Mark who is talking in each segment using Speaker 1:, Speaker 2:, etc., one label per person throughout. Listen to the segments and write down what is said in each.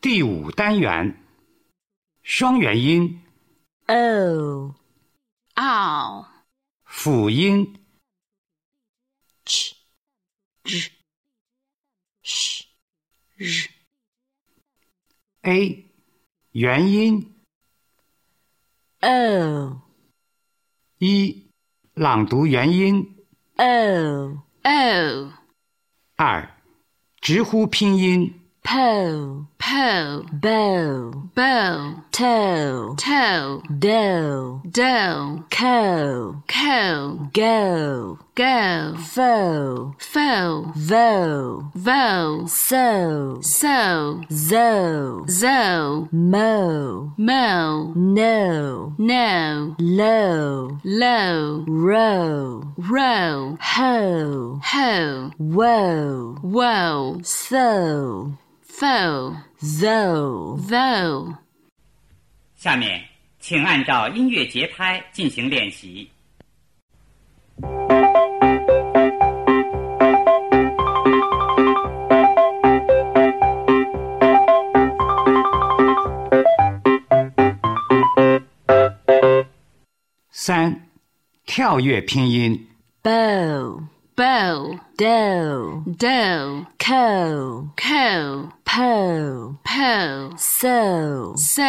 Speaker 1: 第五单元，双元音、
Speaker 2: o
Speaker 3: ow,
Speaker 1: 辅音、
Speaker 3: ch, zh, sh, zh,
Speaker 1: a 元音
Speaker 2: o
Speaker 1: 一，朗读元音
Speaker 2: o
Speaker 3: o,
Speaker 1: 二，直呼拼音
Speaker 2: po
Speaker 3: po,
Speaker 2: bow
Speaker 3: bow,
Speaker 2: toe
Speaker 3: toe,
Speaker 2: do
Speaker 3: dough,
Speaker 2: co
Speaker 3: co,
Speaker 2: go
Speaker 3: go,
Speaker 2: fo
Speaker 3: fo,
Speaker 2: vo
Speaker 3: vo,
Speaker 2: so
Speaker 3: so,
Speaker 2: zo
Speaker 3: zo,
Speaker 2: mo
Speaker 3: mo,
Speaker 2: no
Speaker 3: no,
Speaker 2: low
Speaker 3: low,
Speaker 2: row
Speaker 3: row,
Speaker 2: ho
Speaker 3: ho,
Speaker 2: wo
Speaker 3: woe,
Speaker 2: so
Speaker 3: fo,
Speaker 2: zo
Speaker 3: though.
Speaker 4: 下面，请按照音乐节拍进行练习。
Speaker 1: 三，跳跃拼音
Speaker 2: bow
Speaker 3: bow,
Speaker 2: do
Speaker 3: dough,
Speaker 2: co
Speaker 3: co,
Speaker 2: po
Speaker 3: po,
Speaker 2: so
Speaker 3: so,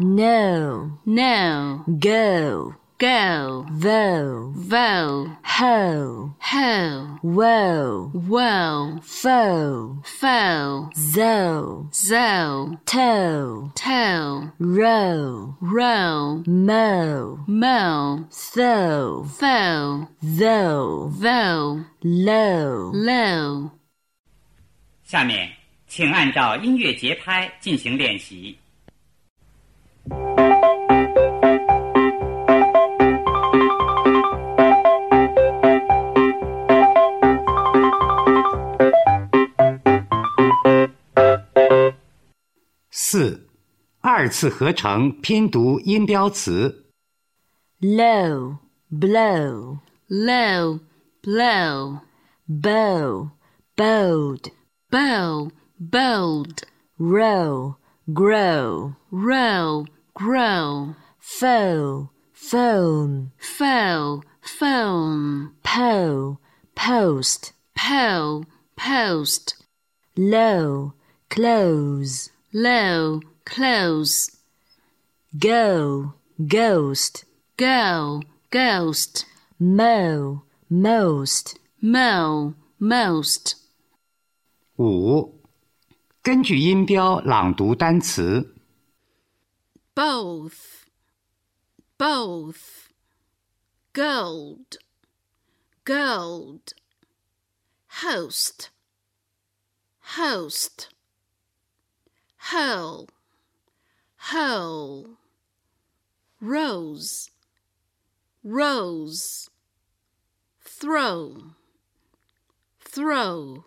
Speaker 2: no
Speaker 3: no,
Speaker 2: go
Speaker 3: go,
Speaker 2: vo
Speaker 3: vo,
Speaker 2: ho
Speaker 3: ho,
Speaker 2: wo
Speaker 3: woe,
Speaker 2: fo
Speaker 3: fo,
Speaker 2: zo
Speaker 3: zo,
Speaker 2: toe
Speaker 3: toe,
Speaker 2: row
Speaker 3: row,
Speaker 2: mo
Speaker 3: mo,
Speaker 2: so
Speaker 3: fo,
Speaker 2: tho
Speaker 3: vo,
Speaker 2: low
Speaker 3: low.
Speaker 4: 下面，请按照音乐节拍进行练习。
Speaker 1: 四，二次合成拼读音标词
Speaker 2: low blow
Speaker 3: low, blow,
Speaker 2: bow bowed
Speaker 3: bow, bold,
Speaker 2: row grow
Speaker 3: row, grow,
Speaker 2: fo phone
Speaker 3: fo, phone,
Speaker 2: po post
Speaker 3: po, post,
Speaker 2: low close
Speaker 3: low, close,
Speaker 2: go ghost
Speaker 3: go, ghost,
Speaker 2: mo most
Speaker 3: mo, most.
Speaker 1: 五，根据音标朗读单词
Speaker 3: Both, both, gold, gold, host, host, hole, hole, rose, rose, throw, throw,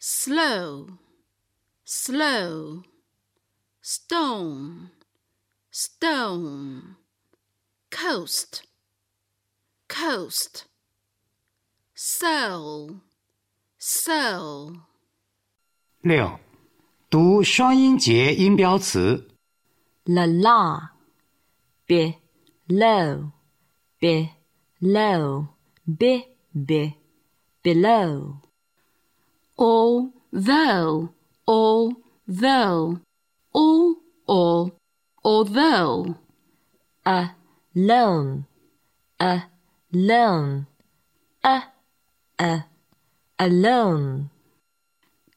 Speaker 3: slow, slow stone, stone, coast, coast, soul, soul,
Speaker 1: 六，读双音节音标词
Speaker 2: la la bi low bi low bi bi below
Speaker 3: although, although, all, all, although,
Speaker 2: alone, alone, uh, uh, alone,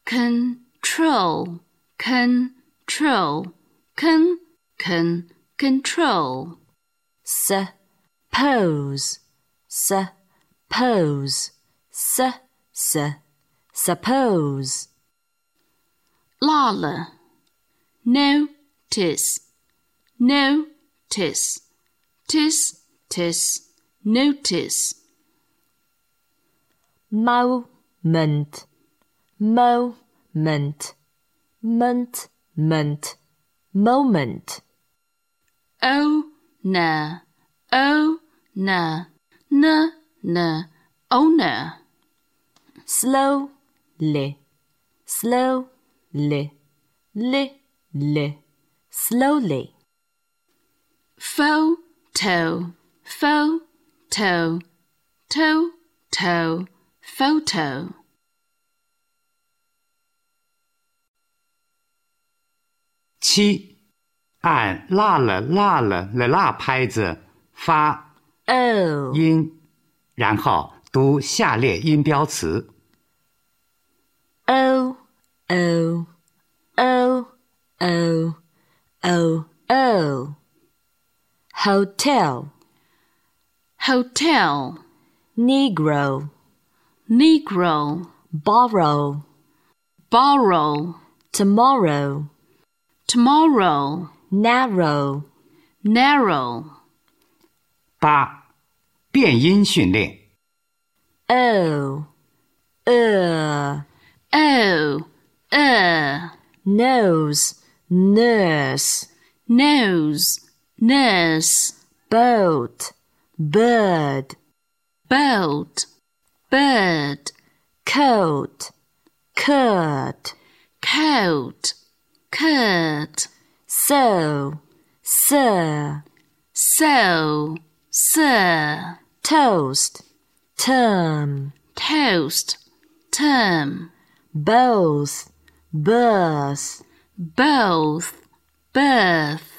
Speaker 3: control, control, con, con, control,
Speaker 2: suppose, suppose, su, su, suppose,
Speaker 3: Lala. Notice. Notice. Tis. Tis. Notice.
Speaker 2: moment, moment, moment, moment, moment,
Speaker 3: Oh, na. Oh, na. Na, na. Oh, na.
Speaker 2: slowly, slowly, li, li, slowly,
Speaker 3: Fo, toe, fo, toe, toe, toe, photo.
Speaker 1: “七”按辣了辣了了辣拍子发
Speaker 2: o,
Speaker 1: 音，然后读下列音标词。
Speaker 2: o, o, o, o, o, o. oh. Hotel,
Speaker 3: Hotel,
Speaker 2: negro,
Speaker 3: negro,
Speaker 2: borrow,
Speaker 3: borrow,
Speaker 2: tomorrow,
Speaker 3: tomorrow,
Speaker 2: narrow,
Speaker 3: narrow.
Speaker 1: 八，变音训练。
Speaker 2: o, er,
Speaker 3: O, Oh, uh,
Speaker 2: nose, nurse.
Speaker 3: nose, nurse.
Speaker 2: boat, bird,
Speaker 3: Boat, bird.
Speaker 2: coat, curd,
Speaker 3: Coat, curd.
Speaker 2: so, sir,
Speaker 3: So, sir.
Speaker 2: toast, term,
Speaker 3: Toast, term.
Speaker 2: both, birth,
Speaker 3: Both, birth.